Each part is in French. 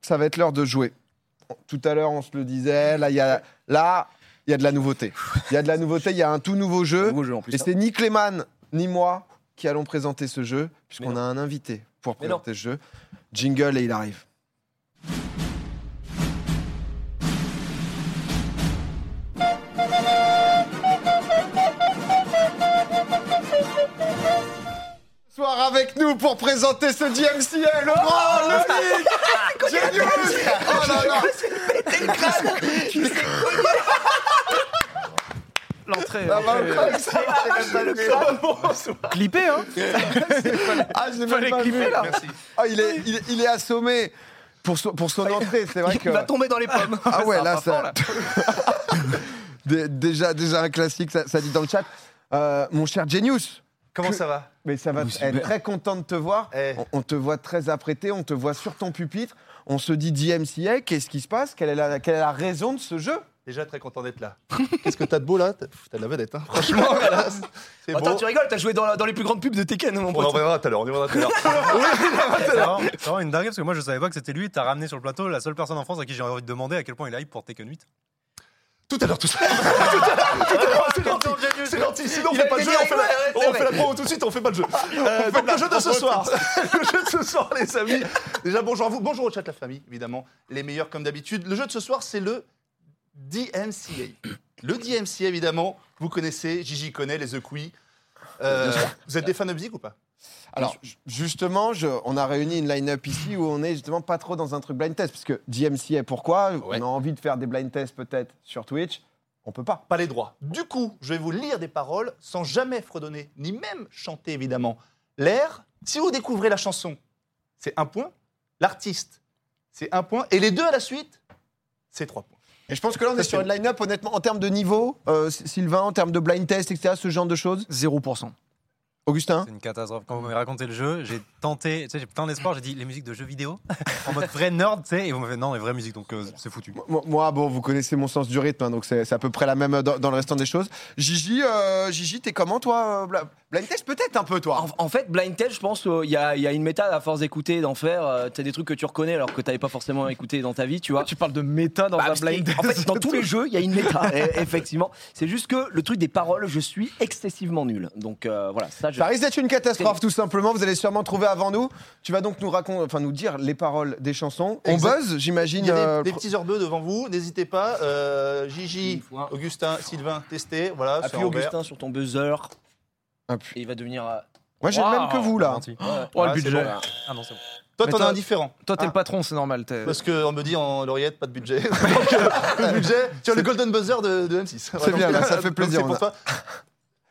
ça va être l'heure de jouer. Tout à l'heure, on se le disait. Là, il y a, là, il y a de la nouveauté. Il y a de la nouveauté. Il y a un tout nouveau jeu. Nouveau jeu en plus. Euh, Et hein. c'est ni Cléman ni moi qui allons présenter ce jeu, puisqu'on Mais a un invité pour Mais présenter ce jeu. Jingle et il arrive. Ce Soir avec nous pour présenter ce DMCA, Oh, le grand, le geek, Genius Oh là là L'entrée. Ça euh, va, euh, Craig, ça va, j'ai même pas le crâne. Clippé, hein Ah, j'ai même Fallait pas clipper, vu. là. Ah, il est, il, est- il est assommé pour, son- pour son entrée, c'est vrai que. Ah, Il va tomber dans les pommes. Ah ouais, Ça là, va ça- fort, là. Dé- déjà, déjà un classique, ça, ça dit dans le chat. Euh, mon cher Genius, Comment ça va mais ça va Oh, t- super. être très content de te voir. Eh. On, on te voit très apprêté, on te voit sur ton pupitre. On se dit DMCA, qu'est-ce qui se passe quelle est, la, quelle est la raison de ce jeu Déjà très content d'être là. Qu'est-ce que t'as de beau là T'as t'as de la vedette, hein Franchement, là, c'est beau. Attends, tu rigoles, t'as joué dans, la- dans les plus grandes pubs de Tekken, mon on en pote. reviendra tout à l'heure, on y reviendra tout à l'heure. C'est vraiment- c'est vraiment une dinguerie parce que moi je savais pas que c'était lui. T'as ramené sur le plateau la seule personne en France à qui j'ai envie de demander à quel point il est hype pour Tekken 8. Tout à l'heure, tout à l'heure. Tout à l'heure, tout à l'heure, c'est gentil, c'est gentil. Sinon, on Il fait a pas le été jeu, on fait, direct, la, ouais, c'est on fait la promo tout de suite, on fait pas le jeu. Euh, donc, le jeu de ce soir, le jeu de ce soir, les amis. Déjà, bonjour à vous, bonjour au chat, la famille, évidemment, les meilleurs comme d'habitude. Le jeu de ce soir, c'est le DMCA. Le DMCA, évidemment, vous connaissez, Gigi connaît, les The Quiz. Euh, vous êtes des fans de musique ou pas Alors, ju- justement, je- on a réuni une line-up ici où on est justement pas trop dans un truc blind test, parce que DMCA, pourquoi Ouais. On a envie de faire des blind tests peut-être sur Twitch. On peut pas. pas les droits. Du coup, je vais vous lire des paroles sans jamais fredonner, ni même chanter évidemment. L'air, si vous découvrez la chanson, c'est un point. L'artiste, c'est un point. Et les deux à la suite, c'est trois points. Et je pense que là, on est sur une line-up, honnêtement, en termes de niveau, euh, S- Sylvain, en termes de blind test, etc., ce genre de choses. 0%. Augustin C'est une catastrophe. Quand vous m'avez raconté le jeu, j'ai tenté, tu sais, j'ai plein d'espoir, j'ai dit les musiques de jeux vidéo en mode vrai nerd, tu sais, et vous m'avez fait non, les vraies musiques donc euh, c'est foutu. Moi- Moi, bon, vous connaissez mon sens du rythme, hein, donc c'est c'est à peu près la même dans, dans le restant des choses. Gigi, euh, Gigi, t'es comment, toi euh, bla- Blind test, peut-être un peu, toi En, en fait, Blind Test, je pense qu'il y, a- il y a une méta à force d'écouter, d'en faire. euh, t'as des trucs que tu reconnais alors que t'avais pas forcément écouté dans ta vie, tu vois. Ah, Tu parles de méta dans Bah, un parce blind qu'il- En fait, dans tous les jeux, il y a une méta, et- effectivement. C'est juste que le truc des paroles, je suis excessivement nul. Donc euh, voilà, ça, je. Ça risque d'être une catastrophe, tout simplement. Vous allez sûrement trouver avant nous. Tu vas donc nous raconter, enfin, nous dire les paroles des chansons. Exact. On buzz, Il j'imagine. y a euh, des, des petits herbeux devant vous, n'hésitez pas. Euh, Gigi, Une fois. Augustin, Sylvain, testez. Voilà, sur Appuie Robert. Augustin sur ton buzzer Ah, putain. et il va devenir. euh, Moi, j'ai le même que vous, là. Menti. ouais. Oh, Ah, le c'est budget. bon. Ah non, c'est bon. Toi, Mais t'en as toi- un différent. Toi, t'es Ah. le patron, c'est normal. t'es- Parce qu'on me dit en lauréate, pas de budget. Donc, euh, le budget, tu as le golden buzzer de, de M6. C'est bien, là, ça fait Donc, plaisir, c'est on pour a- toi.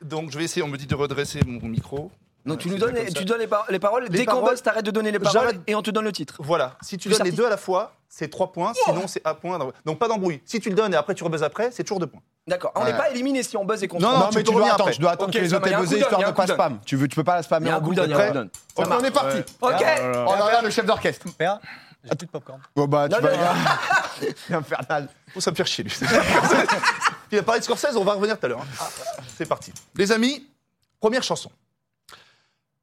Donc, je vais essayer, on me dit de redresser mon micro. Donc tu Ouais, nous c'est donnes, bien les, comme ça. tu donnes les, par- les paroles. Dès qu'on paroles. buzz, t'arrêtes de donner les paroles J'arrête. et on te donne le titre. Voilà. Si tu Plus donnes les artiste. deux à la fois, c'est trois points. Oh. Sinon, c'est un point. Donc pas d'embrouille. Si tu le donnes et après tu rebaises après, c'est toujours deux points. D'accord. On n'est Ouais. pas éliminé si on buzz et qu'on. Non, se Non, trompe. tu mais tu te reviens dois attendre, après. je dois attendre Ok, que les ça autres va, il y aient a un buzzé coup d'œil, histoire il y a de un pas coup d'œil. spam. Tu, veux, tu peux pas la spammer Il y a en un coup boucle. d'œil, il y a un Prêt coup d'œil. On en est parti. Ok. Oh là là, le chef d'orchestre. Père, j'ai plus de popcorn. Bon bah, tu Non, non, vas. C'est infernal. Oh, ça me fait chier lui. Il a parlé de Scorsese, on va revenir tout à l'heure. hein. C'est parti. Les amis, première chanson.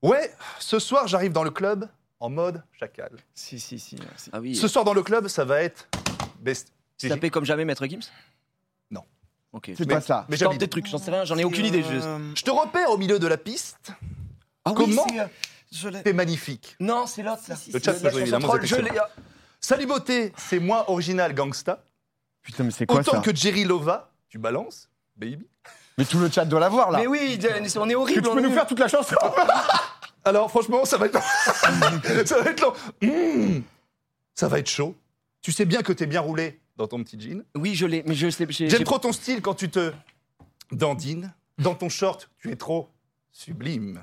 Ouais, ce soir j'arrive dans le club en mode chacal. Si, si, si. si. Ah oui. Ce soir dans le club, ça va être best. Se taper comme jamais, Maître Gims Non. Ok. C'est Mais- pas ça. Mais Je tente j'habite. des trucs, j'en sais rien, j'en ai aucune idée. euh, Je... Je te repère au milieu de la piste. Ah oui, Comment c'est, euh, Je l'ai. T'es magnifique. Non, c'est l'autre. là. Le La chat peut jouer, chanson évidemment, troll, vous êtes je l'ai- euh, Salut beauté, c'est moi original gangsta. Putain, mais c'est quoi Autant ça que Jerry Lova, tu balances, baby. Mais tout le chat doit l'avoir là. Mais oui, Diane, on est Que horrible. tu on peux est nous nul. faire toute la chanson Alors franchement, ça va être long. ça va être long. Mmh. ça va être chaud. Tu sais bien que t'es bien roulé dans ton petit jean. Oui, je l'ai, mais je sais. j'ai- J'aime j'ai- trop ton style quand tu te dandines. Dans ton short, tu es trop sublime.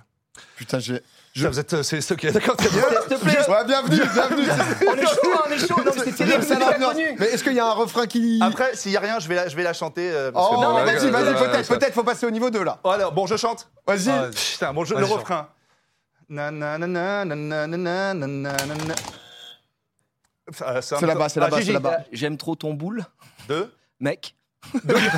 Putain, j'ai. Je... Vous êtes, euh, c'est c'est ok, d'accord, très bien. S'il te plaît, Ouais, bienvenue, bienvenue. on est chaud, hein, on est chaud. Non, mais c'est terrible, C'est c'est la pas l'ambiance. connu. Mais est-ce qu'il y a un refrain qui. Après, s'il y a rien, je vais la, je vais la chanter. euh, parce Oh, que- non, Ouais, mais vas-y, ouais, vas-y, ouais, peut-être, peut-être, faut passer au niveau 2 là. Oh, alors, bon, je chante. Vas-y. Ah, Putain, bon, je, le Vas-y, chante. refrain. Na, na, na, na, na, na, na, na, na, na. Ah, C'est là-bas, c'est là-bas, c'est là-bas. Eh ben, J'aime trop ton boule, Deux. mec.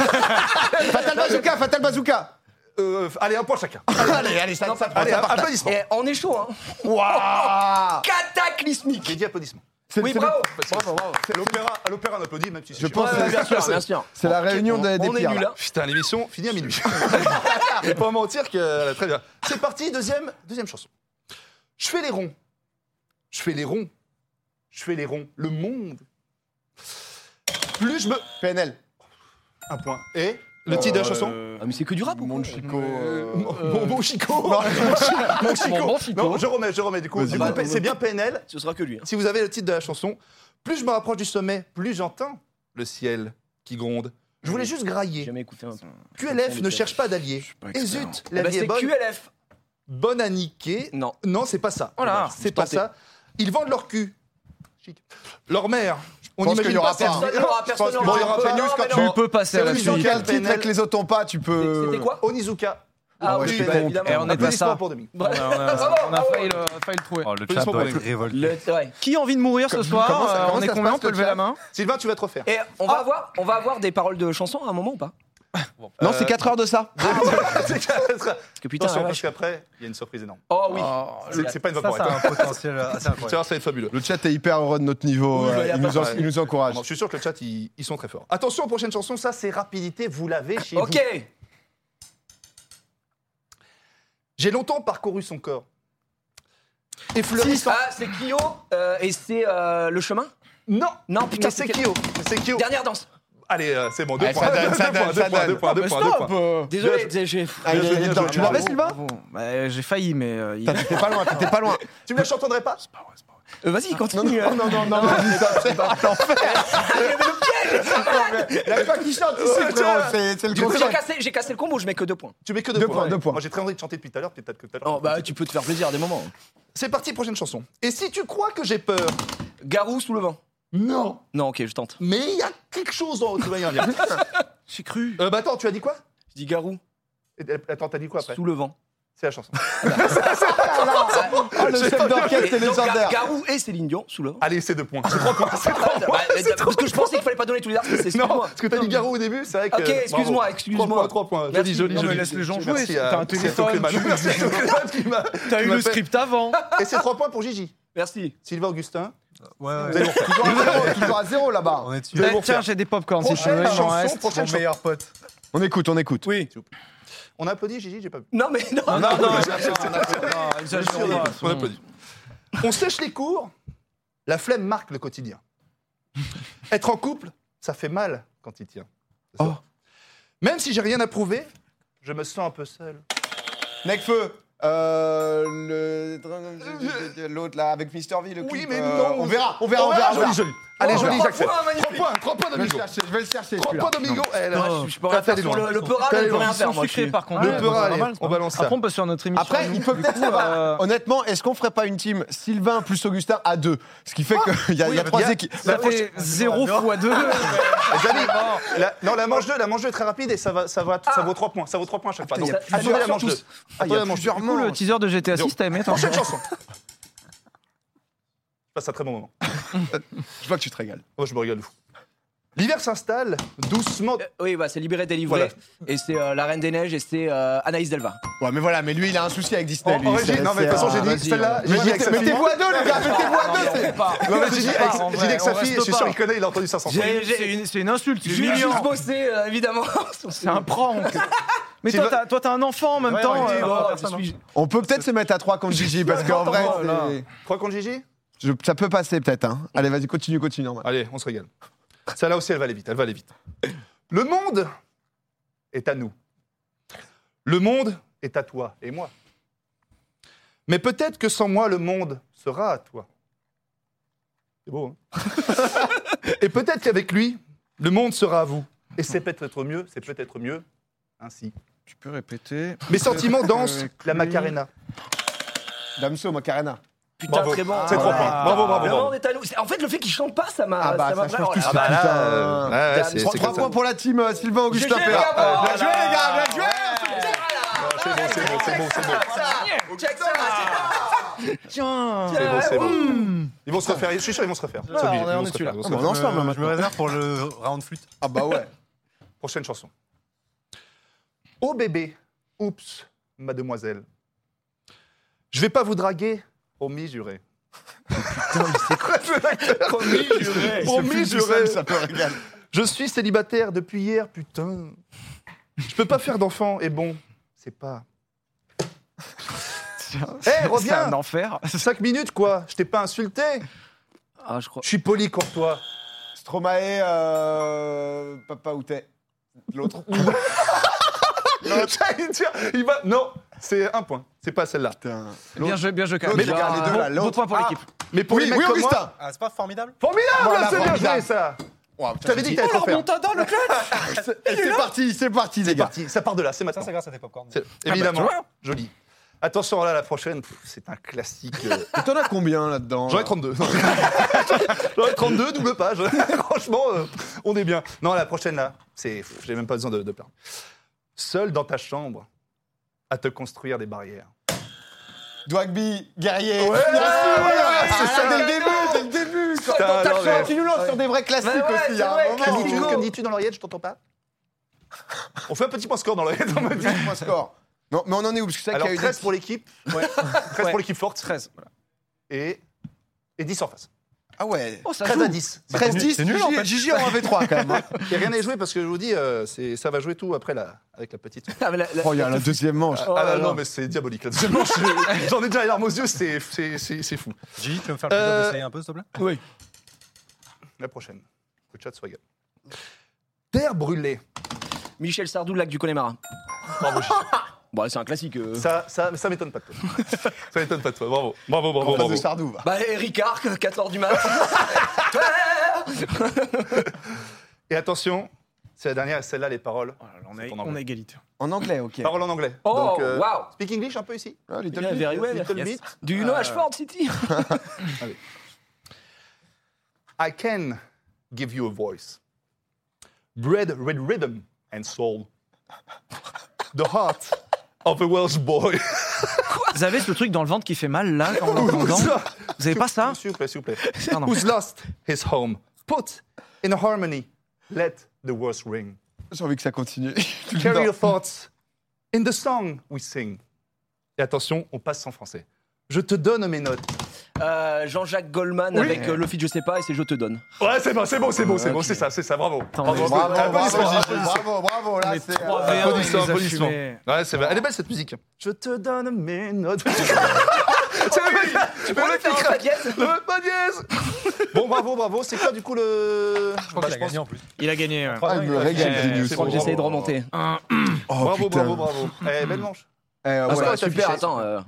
Fatal Bazooka, Fatal Bazooka. Euh, allez, un point chacun. Allez, allez, ça, ça, Allez, ça un part. applaudissement. Eh, on est chaud, hein. Waouh Cataclysmique. J'ai dit applaudissement. C'est- Oui, c'est bravo Bravo, bravo. C'est- L'opéra, à l'opéra, on applaudit, même si c'est Je chez pense moi. que- bien sûr, bien sûr. C'est la réunion des, des On est pires. nul, là. hein. Putain, l'émission finit à minuit. Faut pas mentir que. euh, Très bien. C'est parti, deuxième, deuxième chanson. Je fais les ronds. Je fais les ronds. Je fais les ronds. Le monde. Plus je me. PNL. Un point. Et le titre de la chanson Ah, mais c'est que du rap ou quoi Mon Chico. Euh, euh, Mon mon- mon Chico Mon Chico Mon Chico. Non, je remets, je remets du coup. Vas-y, Du coup, vas-y. c'est bien PNL. Ce sera que lui. hein. Si vous avez le titre de la chanson, plus je me rapproche du sommet, plus j'entends le ciel qui gronde. Je voulais juste J'ai grailler. jamais écouté un. QLF ne cherche pas d'alliés. suis pas Et expert. zut, la Bah, vie est c'est bonne. QLF. Bonne à niquer. Non. Non, c'est pas ça. Oh là, c'est je pas tentais. ça. Ils vendent leur cul. Chic. Leur mère. On Je pense n'imagine qu'il y aura cette pas, hein. vie. Personne n'aura, personne pense que- n'aura. bon, il y aura pas Non, news mais quand non. Tu peux passer à la C'est Sur suite. musical. quel titre avec les autres pas, tu peux. C'était quoi Onizuka. Ah ouais, oui, je bah, fais- évidemment. Eh, on est pas Applaudissements ça. pour Demi. On a- on Ah, a on a failli le failli le trouver. Oh, le Applaudissements chat pour doit être Olivier. révolté. Le- ouais. Qui a envie de mourir ce soir comment ça- Euh, comment On est ça se combien passe, On peut le lever chat Ah la main Sylvain, tu vas te refaire. Et on va avoir, on va avoir des paroles de chansons à un moment ou pas Non, c'est 4 heures de ça. Euh, C'est clair. Parce que putain, Attention, la parce vache. qu'après, il y a une surprise énorme. oh oui. Ah. Le- C'est pas une Ça, ça vaporette. a un potentiel assez Tu vas incroyable. voir, ça va être fabuleux. Le chat est hyper heureux de notre niveau. Oui, euh, bah, y a il, pas nous en- de- il nous encourage. Non, Ah, je suis sûr que le chat, ils, ils sont très forts. Attention, prochaine chanson, ça c'est rapidité, vous l'avez chez Ok. vous. J'ai longtemps parcouru son corps. Et fleurissant. Ah, c'est Clio euh, et c'est euh, le chemin. Non, Non, mais putain, c'est c'est Kyo. C'est Kyo. Dernière danse. Allez, euh, c'est bon, deux Allez, points. ça donne, deux ça points, donne, deux ça points, donne. Ah, deux points, deux Mais points, deux stop points. euh. Désolé, Bien j'ai. Ah, il est- Bien il est joué, dedans. bien Tu joué. l'avais, Sylvain Bravo. Bah, J'ai failli, mais euh, il- T'as- T'étais pas loin, t'étais pas loin. Tu me la chantonnerais pas Euh, vas-y, continue. euh. Non, non, non, dis ça, c'est pas Il y a pas qui chante ici, Ouais, frérot, tiens. c'est c'est le J'ai concept. cassé, j'ai cassé le combo, je mets que deux points. Tu mets que deux, Deux points. points, deux points. Moi Oh, j'ai très envie de chanter depuis tout à l'heure, peut-être que tout à l'heure. Non, bah tu peux te faire plaisir à des moments. C'est parti, prochaine chanson. Et si tu crois que j'ai peur Garou sous le vent. Non Non, ok, je tente. Mais il y a quelque chose dans tu vas y revenir. J'ai cru. Euh, bah attends, tu as dit quoi Je dis Garou Euh, Attends, t'as dit quoi après sous le vent. C'est la chanson. Ah, le chef d'orchestre est Donc, Ga- légendaire. Garou et Céline Dion sous le vent. Allez, c'est deux points. C'est trois points. C'est trois Ah, bah, points. bah, parce que je pensais qu'il fallait pas donner tous les artistes, Non, excuse-moi. parce que t'as dit Garou au début, c'est vrai que. Ok, excuse-moi, excuse-moi. Trois points, trois points. Joli, Merci. joli, Non, mais joli. laisse les gens jouer, Merci t'as à- euh, un merci à téléphone, Tocqueville. tu- Merci à Tocqueville qui m'a- T'as qui eu m'a le fait- script avant. Et c'est trois points pour Gigi. Merci. Sylvain Augustin. Ouais, ouais. Vous allez vous refaire. Toujours à zéro, toujours à zéro là-bas. On est dessus. Vous allez Eh, vous Tiens, refaire. j'ai des popcorn si tu veux. Prochaine il m'en chanson, reste. prochaine chanson. meilleur pote. On écoute, on écoute. Oui. On applaudit Gigi, j'ai pas vu. Non mais non. Non, non, non, On exagérons hein. pas. applaudit. On applaudit. On sèche les cours, la flemme marque le quotidien. Être en couple, ça fait mal quand il tient. C'est ça. Même si j'ai rien à prouver, je me sens un peu seul. Necfeu. Euh, le- L'autre là, avec Mister V, le Oui, clip, mais euh, non, on verra, on verra, on verra. on verra. Joli, joli. Allez, Oh, joli, trois j'accepte. points, magnifique. 3 points, 3 points, Je vais le Domingo. chercher, je vais le chercher. 3 celui-là. points, Domingo. Eh, la vache. Non, je peux rien faire sur le, le Peura, T'as je les peux rien Ils sont faire. Moi, je sucrés, suis- par contre. Le Ouais, Peura, pas allez, mal, ça. on balance ça. Après, on peut se faire notre émission. Après, nous. il peut peut-être Du coup, savoir. euh, Honnêtement, est-ce qu'on ferait pas une team Sylvain plus Augustin à deux Ce qui fait qu'il y a, il y a oui, trois bien. équipes. Ça fait 0 x 2. Les amis, la- non, la manche 2, la manche 2 est très rapide et ça, va, ça, va, ça vaut 3 points. Ça vaut 3 points à chaque fois. putain, Donc, il y a attendez plusieurs la manche 2. surtout. Ah, il y Attendez a la manche 2. plusieurs Cool, le manches. teaser de GTA 6, t'as aimé toi Prochaine chanson. Je passe un très bon moment. Je vois que tu te régales. Oh, je me regarde le fou. L'hiver s'installe doucement. Euh, Oui, bah, c'est Libéré, Délivré. Voilà. Et c'est euh, La Reine des Neiges et c'est euh, Anaïs Delva. Ouais, mais voilà, mais lui, il a un souci avec En- Disney. en lui, régie, c'est- non, mais de c'est toute façon, un- j'ai dit celle-là. j'ai dit avec Mettez- sa fille. Mettez-vous à deux, les gars, mettez-vous à deux. Non, mais c'est- Ah, on part. Non, mais j'ai Reste dit avec- pas, en j'ai dit vrai, avec sa on fille, reste je suis pas. sûr qu'il connaît, il a entendu 500 fois. J'ai- C'est une, c'est une insulte, c'est J'ai juste humiliant. bossé, euh, évidemment. C'est un prank. Mais toi, Sylvain- t'as- toi, t'as un enfant en même Ouais, temps. on dit, euh, bon, on va Oh, faire je ça, non suis- On peut peut-être se mettre à trois contre Gigi, parce qu'en vrai, Oh là. c'est- Trois contre Gigi je- ça peut passer peut-être. hein. Allez, vas-y, continue, continue. Norman. Allez, on se régale. Celle-là aussi, elle va aller vite. Elle va aller vite. Le monde est à nous. Le monde est à toi et moi. Mais peut-être que sans moi, le monde sera à toi. C'est beau, hein Et peut-être qu'avec lui, le monde sera à vous. Et c'est peut-être mieux, c'est peut-être mieux ainsi. Tu peux répéter. Mes sentiments dansent Avec la lui. Macarena. Damso, Macarena. Putain, Bravo. très bon. C'est trois Ouais. points. Bravo, bravo, Le bravo. monde est à nous. C'est- En fait, le fait qu'il chante pas, ça m'a. Ah bah, m'a ça change vraiment- tout. Ah bah, là, euh, ouais, ouais, c'est- Trois c'est trois comme ça. points pour la team euh, Sylvain Euh, Augustin GG, les gars, Perrin. bravo. Bien joué, les gars, bien joué. C'est bon, c'est bon, c'est bon, c'est bon. bah, Check ça, Tiens. C'est bon, c'est Oh, bon. Ils vont se refaire, je suis sûr, ils vont se refaire. C'est Voilà, obligé, on est- ils vont on se est refaire, dessus, ils vont se là. refaire. On est ensemble, Je me- maintenant. je me réserve pour le round flûte. Ah bah ouais. Prochaine chanson. Ô bébé, oups, mademoiselle. Je vais pas vous draguer, promis juré. Promis, juré. Promis, juré. Ça te régale. Je suis célibataire depuis hier, putain. Je peux pas faire d'enfant. Et bon, c'est pas. Eh, C'est un reviens enfer. 5 minutes, quoi. Je t'ai pas insulté. Ah, je crois. Je suis poli, courtois. Stromae, euh, Papa où t'es L'autre. J'allais dire, il va. Non, c'est un point. C'est pas celle-là. Putain. Bien joué, bien joué quand L'autre, même. regarde les deux là. Bon L'autre. point pour Ah, l'équipe. Mais pour Oui, les mecs oui, comme moi, Augustin. Ah, c'est pas formidable formidable, Voilà, c'est bien formidable. joué ça. Ouah, Je putain, t'avais j'ai dit dit- que t'allais trop faire. remontada, le club Et C'est parti, c'est parti, les C'est gars. parti, ça part de là, c'est Ça, maintenant. c'est grâce à tes Ah, bah, popcorn. C'est- Évidemment, vois. joli. Attention là, la prochaine, pff, c'est un classique. euh, Et T'en as combien là-dedans J'en ai là 32. J'en ai 32, double page. Franchement, euh, on est bien. Non, la prochaine, là, c'est. pff, J'ai même pas besoin de, de plaindre. Seul dans ta chambre, à te construire des barrières. Dwagby, guerrier. Ouais, Bien sûr, ouais, ouais, c'est c'est ça. ça dès le début, dès le début. Quand Putain, t'as non, le choix, mais- tu nous lances sur des vrais classiques ouais, aussi. c'est il y a un vrai, moment. classique. Nico. dis-tu dans l'oreillette Je t'entends pas On fait un petit point score dans l'oreillette. on me dit. Dis-moi score. Non, mais on en est où Parce que c'est vrai Alors, qu'il y a 13 une. pour l'équipe. 13 pour l'équipe forte. 13. voilà. Et, et 10 en face. Ah ouais. Oh, ça 13 joue. à 10. 13 10 c'est nul, en fait. Gigi en 1v3 quand même. hein. Et rien n'est joué parce que je vous dis, euh, c'est- ça va jouer tout après la, avec la petite. Ah, mais la- la- Oh, il y a la deuxième manche. Oh ah là non, là. mais c'est diabolique. là. Vraiment, je- J'en ai déjà les larmes aux yeux, c'est- c'est c'est- c'est fou. Gigi, tu veux me faire le plaisir Euh, d'essayer un peu, s'il te plaît La prochaine. Coup de chat, sois gueule. Terre brûlée. Michel Sardou, lac du Connemara. Bon, c'est un classique. euh. Ça, ça, ça m'étonne pas de toi. ça m'étonne pas de toi. Bravo. Bravo, bravo, En face bravo. Ah, de Sardou. va. Bah, et Ricard, 4h du mat. Et attention, c'est la dernière, et celle-là, les paroles. Oh là là, on, C'est a, ton on anglais. a égalité. En anglais, ok. Paroles en anglais. Oh, Donc, euh, wow. Speak English un peu ici. Ah, Little Yeah, Big, very well. Little Yes. bit. Do you know Euh, Ashford City I can give you a voice. Bread with rhythm and soul. The heart of a Welsh boy. Vous avez ce truc dans le ventre qui fait mal là en l'entendant Ça, hein? Vous avez pas ça S'il vous plaît, s'il vous plaît. Pardon. Who's lost his home? Put in harmony. Let the words ring. J'ai envie que ça continue. Tout le Carry temps. your thoughts in the song we sing. Et attention, on passe en français. Je te donne mes notes. Euh, Jean-Jacques Goldman Oui. avec euh, le feat Je sais pas et c'est Je te donne. Ouais, c'est bon, c'est bon, c'est bon, c'est bon, c'est ça, c'est ça, bravo. mais- Bravo, bravo, Applaudissements, bravo, bravo, applaudissements. bravo, là c'est. euh, trois v un, applaudissements, il les a applaudissements. fumés. Ouais, c'est vrai. Elle est belle cette musique. Je te donne mes notes. c'est le mec, le pourrais mec faire qui un craque. paquet Le mec pas dièse. Bon, bravo, bravo. C'est quoi du coup le. Bah, Je crois qu'il a gagné en plus. Il a gagné. ouais. Ah, il me Euh, régale, Genius. Je crois que j'essaye de Ah, remonter. Ah, Oh, Bravo, putain. bravo, bravo. Eh, belle manche. Eh, ouais. Ah, ouais, super, t'afficher. super, attends. euh,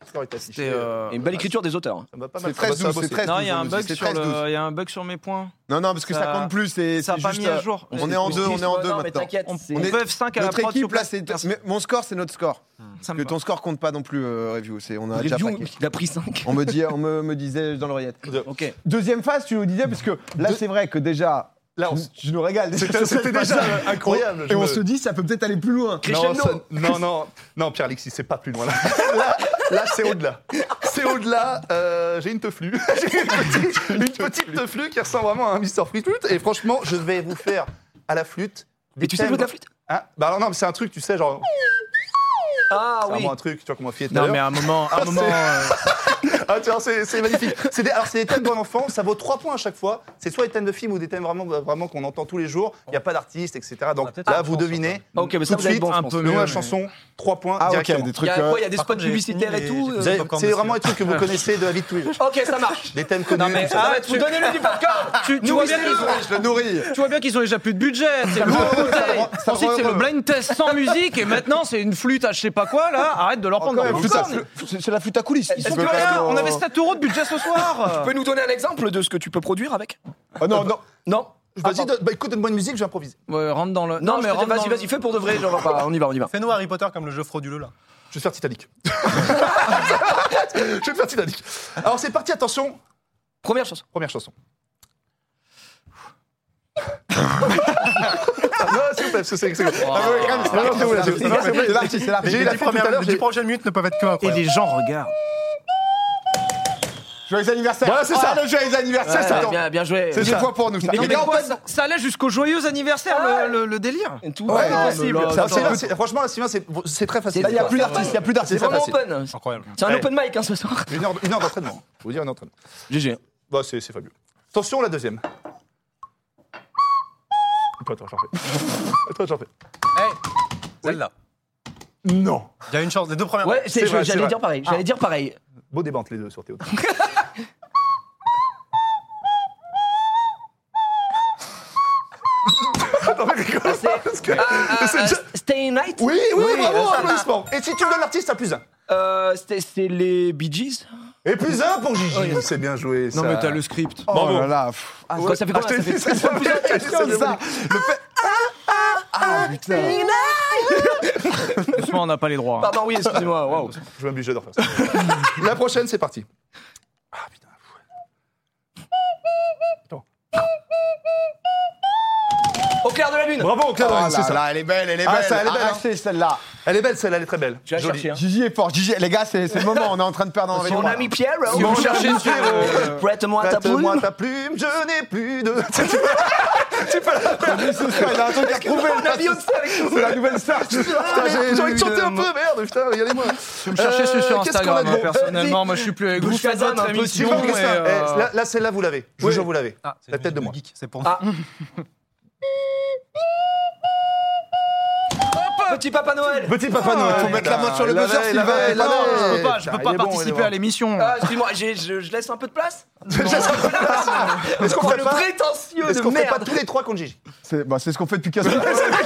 Le score est affiché. C'était, euh, et une belle écriture des auteurs. Ça me va pas C'est mal. ça va, ça va 13-12, bosser. c'est 13-12. Non, il y a un on dit, bug c'est sur 13-12. le, il y a un bug sur mes points. Non, non, parce que ça, Ça- compte plus. c'est- ça a c'est pas juste, mis à euh, jour. On est en deux, on est en deux Non, mais maintenant. t'inquiète, On, c'est- on est- peut F5 à la Notre prod, s'il vous équipe, plaît. là, c'est. Merci. mais Mon score, c'est notre score. Ça me Parce que va. ton score compte pas non plus, euh, Review. c'est- On a déjà Review, paqué. il a pris 5. On me, dit, on me, me disait dans l'oreillette. Ok. Deuxième phase, tu nous disais, parce que là, c'est vrai que déjà, Là, on- tu, tu nous régales. C'était c'était déjà incroyable. Et je on me- se dit, ça peut peut-être aller plus loin. Non, Crescendo. ça- non, non, non, Pierre Alexis, c'est pas plus loin. Là, là, là, c'est au-delà. C'est au-delà. euh, J'ai une teuflue. J'ai une petite, une petite teuflue qui ressemble vraiment à un Mr. Flute. Et franchement, je vais vous faire à la flûte. Et tu sais jouer de la flûte Ah, bah alors, non, mais c'est un truc, tu sais, genre. Ah C'est oui. vraiment un truc, tu vois, qu'on m'a fait tout à Ah Non, mais à l'heure. un moment, à un moment, euh, Ah, tu vois, c'est c'est magnifique. C'est des- alors, c'est des thèmes d'un enfant, ça vaut 3 points à chaque fois. C'est soit des thèmes de films ou des thèmes vraiment, vraiment qu'on entend tous les jours. Il n'y a pas d'artiste, etc. On a Donc peut-être là, un vous chance, devinez. Ok, mais ça Tout de vous allez suite, bon, je un pense. peu Le nom de la mieux, chanson, 3 points. Ah, ok, directement. des Il y trucs. a euh, quoi Il y a des Par spots contre, j'ai publicitaires et fini tout les- euh. Vous avez- Popcorn C'est dessus. vraiment les trucs que vous connaissez de la vie de tous les jours. Ok, ça marche. Des thèmes connus. mais- etc. Ah, Arrête, tu- vous donnez-le du popcorn tu, tu vois bien qu'ils ont, Je le nourris. tu vois bien qu'ils ont déjà plus de budget. C'est le bouteille. ça Ensuite, c'est le re- blind test sans musique et maintenant c'est une flûte à je sais pas quoi là. Arrête de leur prendre Encore dans une le flûte à popcorn. flûte- euh, C'est c'est la flûte à coulisses. Ils sont Tu peux plus pas rien. nous- On avait 7 euros de budget ce soir. Tu peux nous donner un exemple de ce que tu peux produire avec Ah non, non. Non Vas-y, donne- bah, écoute, donne-moi une musique, je vais improviser. Ouais, rentre dans le. Non, mais rentre vas-y, dans vas-y, le- fais pour de vrai, genre, pas, on y va, on y va. Fais-nous Harry Potter comme le jeu frauduleux, là. Je vais faire Titanic. je vais faire Titanic. Alors c'est parti, attention, Première chanson. première chanson. non, s'il vous plaît, parce que c'est. c'est- Ah ouais, quand même, c'est- non, non, c'est bon, là, c'est- non, non, c'est bon, C'est l'archi, c'est l'archi. J'ai eu la Les fête tout à l'heure, les dix j'ai- prochaines minutes ne peuvent être que Et incroyables. les gens regardent. Je Joyeux anniversaire. Voilà, c'est Ah, ça. Le joyeux anniversaire, Ouais, ça tombe. bien, bien joué. C'est ça. une fois pour nous. ça. Mais Et mais en quoi, fait, ça, ça allait jusqu'au joyeux anniversaire, le- le, le délire. Tout Ouais, est non, possible. C'est- Attends, c'est- c'est- Franchement, là, Sylvain, c'est c'est très facile. là, il n'y a plus d'artistes, il n'y a plus C'est d'artistes. C'est vraiment facile. open. Incroyable. C'est un Ouais. open mic hein, ce soir. Une heure, une heure d'entraînement. Je vous dire, une heure d'entraînement. GG. Bah, c'est c'est fabuleux. Attention, la deuxième. Attends, attends, j'en fais. Attends, j'en fais. Celle-là. Non. Il y a une chance, les deux premières. Ouais, c'est- C'est vrai, c'est j'allais vrai. dire pareil. J'allais dire pareil. Beau débat entre les deux sur Théo. non, mais rigole Ah, c'est- pas, parce que... Ah, c'est ah, déjà- Stay Night Oui, Oui, oui, bravo, ça- applaudissements. Et si tu veux l'artiste, t'as plus un. Euh, c'était- C'est les Bee Gees Et plus un pour Gigi. C'est bien joué, ça. Non, mais t'as le script. Oh Bravo. là là, pff. Ah, Ouais. quoi, ça fait Ah, quoi je Ça t'ai fait dit, c'est ça, plus d'un je t'ai dit, question, c'est ça. Ça, le fait. Ah, ah, putain. Franchement, on n'a pas les droits. hein. Pardon, oui, excusez-moi. Waouh. Je m'oblige, j'adore faire ça. La prochaine, c'est parti. Ah putain. Au clair de la lune. Bravo, Claire Ah Danes, c'est là ça. là, elle est belle, elle est belle. Ah, ça, elle est belle, Ah, hein. c'est celle-là. Elle est belle celle-là, elle est très belle. Tu vas Jolie. chercher. Hein. Gigi est fort. Gigi, les gars, c'est c'est le moment. On est en train de perdre en Mon événement. ami Pierre, Si vous cherchez sur. euh, prête-moi ta plume. Ah, Prête-moi ta plume, je n'ai plus de. Mais ce soir, Il a un truc à prouver. On a Beyoncé avec nous. C'est la nouvelle star. Putain, j'ai j'ai envie de chanter un de- peu, merde, putain, regardez-moi. Tu me cherchais Euh, sur qu'est-ce qu'on a Instagram, de hein, bon personnellement. Moi, je suis plus avec vous. Bouche Faites Kazan, votre un peu de émission. sucre, et, Qu'est-ce qu'on a- euh, Eh, Là, là, celle-là, vous l'avez. Je vous jure, vous l'avez. Ah, c'est La une tête de musique moi. geek, C'est pour Ah. nous. Petit Papa Noël. Petit Papa Noël. faut mettre la main sur le buzzer, veille, Sylvain. veille, Non, veille. Je peux pas, je Putain, peux il pas est bon, participer il est à l'émission. Ah, excuse-moi, j'ai- je, je laisse un peu de place. bon. Je sais pas. Est-ce qu'on Oh, fait le pas prétentieux Est-ce de qu'on fait pas merde. tous les trois contre Gigi C'est bah, c'est ce qu'on fait depuis 15 minutes. C'est moi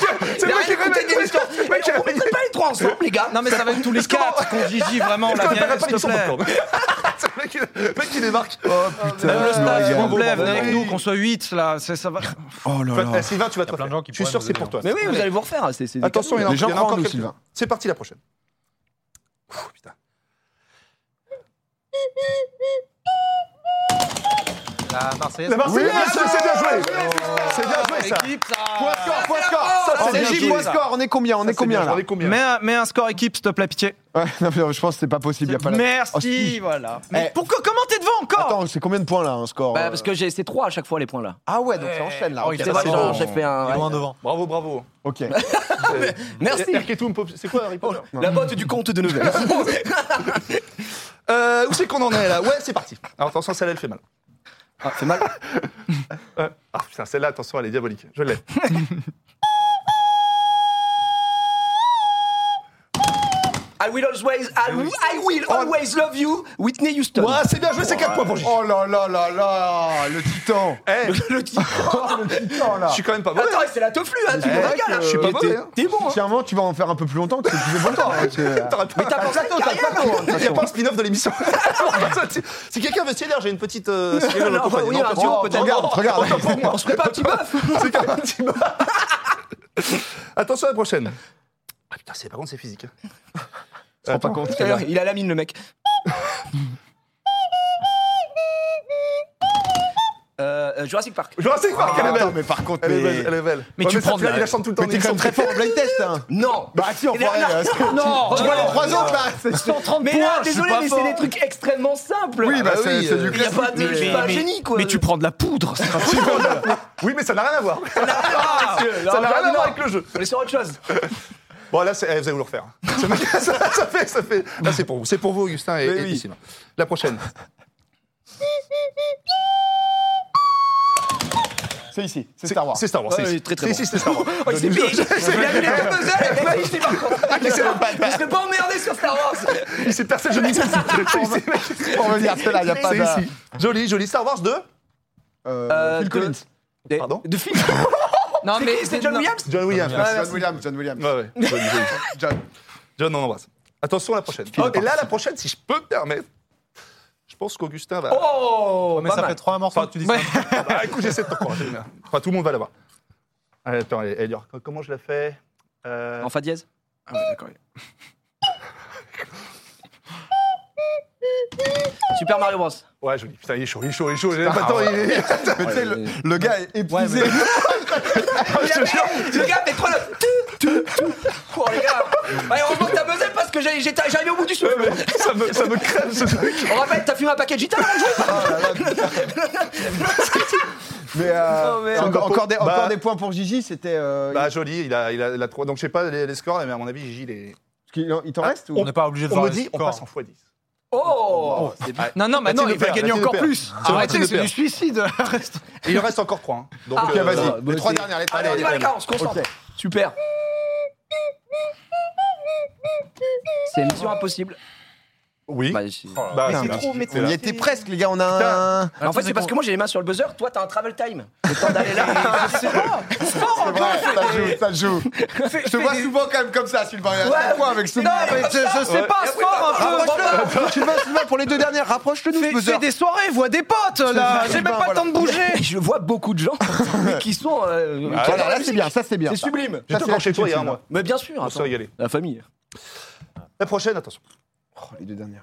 qui Arrêtez révèle. d'émission. Mais Eh ben, on mettrait pas les trois ensemble, les gars. Non, mais ça va être tous les quatre qu'on Gigi, vraiment. Est-ce La qu'on mienne, appellera s'il te pas l'émission plaît. popcorn C'est le mec qui- le mec qui débarque. Même je le me staff, s'il vous régale. plaît, Bravo, venez avec bravo. nous, qu'on soit 8 là, c'est- ça va. Oh là Enfin, là. Eh, Sylvain, tu vas te plein de refaire. gens qui Je suis pourraient sûr que nous c'est aider, pour toi. hein. Mais oui, vous allez vous refaire. c'est- c'est des Attention, il y en a Les gens il y en a encore rendent, quelques- Sylvain. C'est parti la prochaine. Ouh, putain. Ah, La Marseillaise. La Marseillaise, Oui, c'est c'est bien joué. C'est bien joué ça. Équipe, Point ça. score, point score. ça, Ça, c'est c'est bien Gigi, joué, point ça. score. On est combien On est combien là On est combien Mets un, mets un score équipe, s'il te plaît, pitié. Ouais, non, mais je pense que c'est pas possible. Y a pas la- Oh, Merci, si. voilà. Mais Eh. pourquoi, comment t'es devant encore Attends, c'est combien de points là un score Bah, euh parce que j'ai- c'est trois à chaque fois les points là. Ah ouais, donc ça enchaîne là. Oh, ok. il a C'est vrai, raison. genre, j'ai fait Il est un. loin ouais. devant. Bravo, bravo. Ok. Merci. Erketum, Pop- c'est quoi Harry Potter La botte du comte de Nevers. Euh, Où c'est qu'on en est là Ouais, c'est parti. Alors attention, celle-là, elle fait mal. Ah, c'est mal. Ouais. Ah putain, celle-là, attention, elle est diabolique. Je l'ai. I will always, I, I will always love you, Whitney Houston. Ouais, c'est bien joué, c'est 4 points pour Gigi. Oh là là là là, le titan. Eh, Le titre. Le titan là. Eh, je suis quand même pas mauvais. Attends, c'est la teuflue, hein, tu me C'est vrai régales. que- hein. Je suis pas Mais mauvais. t'es- hein. T'es bon, hein. Clairement, tu vas en faire un peu plus longtemps parce que tu fais pas le temps. hein, c'est- T'aurais pas- Mais t'as pensé à T'as carrière, hein. pas le temps, de toute Il n'y a façon. pas un spin-off de l'émission. Si- si quelqu'un veut s'aider, j'ai une petite. Euh, si quelqu'un veut Non, m'accompagner. oui, Non, un pas- duo, oh, peut-être. Regarde, regarde. Autant pour moi. On se prépare un petit bœuf. C'est comme un petit bas. Attention à la prochaine. Ah putain, c'est par contre, c'est physique. hein. te rends pas compte. D'ailleurs, Il a la mine, le mec. Euh, euh, Jurassic Park. Jurassic Park, elle est Attends, belle. mais par contre, Elle est mais- belle, elle est belle. Mais tu ça, prends de Fred, la- Il la chante tout le temps. Mais t'es quand même très fort en blind test. hein. Non. Bah si, on Et Bernard- pourrait. Non, Tu vois les trois autres là c'est- 130 mais points, là, je suis désolé, pas mais fort. c'est des trucs extrêmement simples. Oui, bah bah c'est oui, c'est du euh, Il y a classique. pas de. je suis pas un génie, quoi. mais tu prends de la poudre, c'est pas possible. Oui, mais ça n'a rien à voir. Ah, Ça n'a rien à non. voir avec le jeu. On est sur autre chose. Bon, là, c'est- eh, vous allez vous le refaire. Ce mec- ça, ça fait, ça fait. Là, c'est pour vous. C'est pour vous, Augustin et, et oui. Sylvain. La prochaine. C'est ici, c'est Star Wars. Ah C'est Star Wars. Ouais, c'est oui, ici. très, très C'est bon. ici, c'est Star Wars. Oh, il s'est payé. Il a vu les deux puzzles et là, il s'est dit, par contre, Il s'est- Je serais pas emmerdé sur Star Wars. Il s'est percé le genou. C'est On va dire celle-là, y a pas de. ici. Joli, joli. Star Wars 2. Euh, Phil de- Collins. Des- Pardon De film. Non, mais C'est John non. Williams John Williams. John merci. Williams, John Williams. Ouais, ouais. Joli, joli. John. John, on embrasse. Attention à la prochaine. Et là, la prochaine, si je peux me permettre, je pense qu'Augustin va. Oh Mais pas ça mal. fait trois morceaux que tu dis ça. Ah bah, écoute, j'essaie de t'encourager. mais- Enfin, tout le monde va l'avoir. Allez, Attends, elle- elle dure. Comment je la fais Euh, En fa dièse Ah ouais, d'accord. Super Mario Bros. Ouais, joli. Putain, il est chaud, il est chaud, il est chaud. J'ai Putain, pas le temps, il est. Mais tu sais, le, le gars est épuisé. Je te jure. Le gars, mais quoi là Tout, tout, tout. Oh les gars Allez, heureusement que t'as buzzé parce meuf que j'ai- j'étais- j'arrivais au bout du souffle. Ouais, mais ça, me, ça me crève ce truc. On rappelle, t'as fumé un paquet de gitane avant de jouer Mais, euh, Oh, merde. encore, encore des, Bah- encore des points pour Gigi, c'était. euh, Bah, joli, il a, il a, il a trois. Donc, je sais pas les, les scores, mais à mon avis, Gigi, il est. il il en- il t'en Ah, reste ou... On n'est pas obligé de On voir me les dit, on scores. passe en x10. Oh Non, non, maintenant Arrêtez de il va faire, gagner arrêtez de encore faire. plus. bon, arrêtez de Arrêtez, c'est faire. du suicide. Bah, Reste. Et il en reste encore 3. Donc, euh, Ah, Ok, vas-y. voilà. les bah, trois c'est- dernières, les trois Allez, on y dernières. va les gars, on se concentre. Ok. Super. C'est mission impossible. Oui. Bah, si. Bah, Putain, c'est mais là. trop C'est On là. y était presque, les gars, on a un. en fait, c'est parce que moi j'ai les mains sur le buzzer, toi t'as un travel time. Le temps d'aller là. C'est bon. C'est vrai, ça joue, ça joue. Je te vois souvent quand même comme ça, Sylvain. Il y a un quoi avec ce Non, mais je, je sais pas, sport un peu. Rapproche-le Sylvain, Sylvain, pour les deux dernières, rapproche-le nous, ce Fais, buzzer. fais des soirées, vois des potes là. fais J'ai même pas, pas le temps de bouger. Je vois beaucoup de gens qui sont. euh, qui adorent Voilà, la Ah, là, c'est musique. bien, ça, c'est bien. C'est sublime. Ça, J'étais c'est encore chez l'attitude, toi hier, Sylvain. moi. Mais bien sûr. On attends. s'est régalé. La famille. La prochaine, attention. Oh, les deux dernières.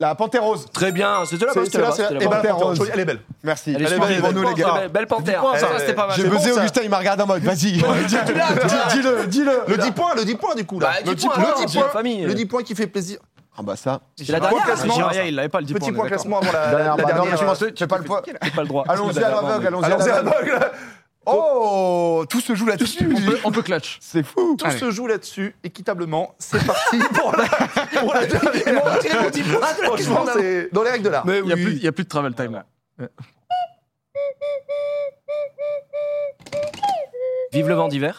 La panthère rose. Très bien. C'était la bonne. C'est C'était c'est la là, bonne, c'est c'était là. la Eh bonne. ben, Panthère attends, rose. elle est belle. Merci. Elle Elle est est belle sublime. pour nous, les gars. Belle- Belle panthère. Dis-moi, ça Eh, restait pas mal. J'ai C'est bon, buzzé ça. Augustin, il m'a regardé en mode, vas-y. Dis-le, dis-le. Le 10 points, le 10 points, du coup, là. Bah, Le dix 10 points, points, alors, le 10 c'est la points. famille. Le 10 points qui fait plaisir. Ah bah ça. C'est la dernière. classement. Jiraya, il avait pas le 10 Petit points, point d'accord. classement avant la la mais dernière. bah, je euh, pense que tu pas le point. J'ai pas le droit. Allons-y à l'aveugle, allons-y à Alors, c'est l'aveugle. aveugle. Oh, tout se joue là-dessus. On peut, on peut clutch. C'est fou. Tout se joue là-dessus, équitablement. C'est parti pour la, pour la dernière. Ils m'ont retiré mon 10 points. Franchement, c'est dans les règles de l'art. Il n'y a, plus- il y a plus de travel time là. Vive le vent d'hiver.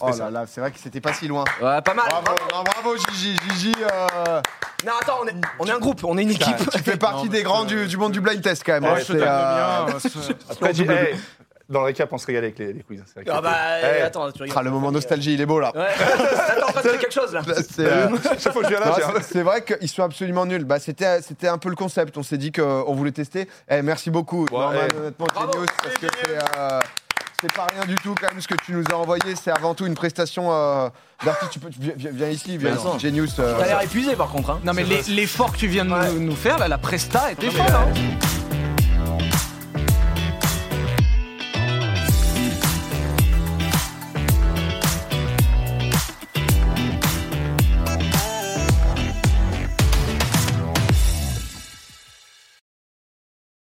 Oh là là, c'est vrai que c'était pas si loin. Ouais, pas mal. Bravo, non, bravo Gigi. Gigi, euh, Non, attends, on est, on est un groupe, on est une équipe. Ah, tu fais partie des grands du, du monde du blind test quand même. Ouais, hein. je C'est, euh, Après, j'ai- hey, dans le récap, on se régalait avec les, les quiz. c'est vrai que- Ah bah, Eh, attends, tu ah, rigoles. le moment nostalgie, il est beau là. Ouais, attends, toi, tu fais quelque chose là. Là, c'est, euh, bah, Chaque fois que je viens là, non, j'ai un- c'est- c'est vrai qu'ils sont absolument nuls. Bah, c'était, c'était un peu le concept. On s'est dit qu'on voulait tester. Eh, merci beaucoup. Norman, eh. honnêtement, Bravo. Genius, parce que c'est, euh, c'est pas rien du tout quand même ce que tu nous as envoyé. C'est avant tout une prestation euh, d'artiste. Tu peux, tu- viens, viens- viens ici, viens Mais non. ici. Genius. euh, T'as l'air épuisé par contre. Hein. Non mais les- l'effort que tu viens de nous, nous faire là, la presta était folle. hein.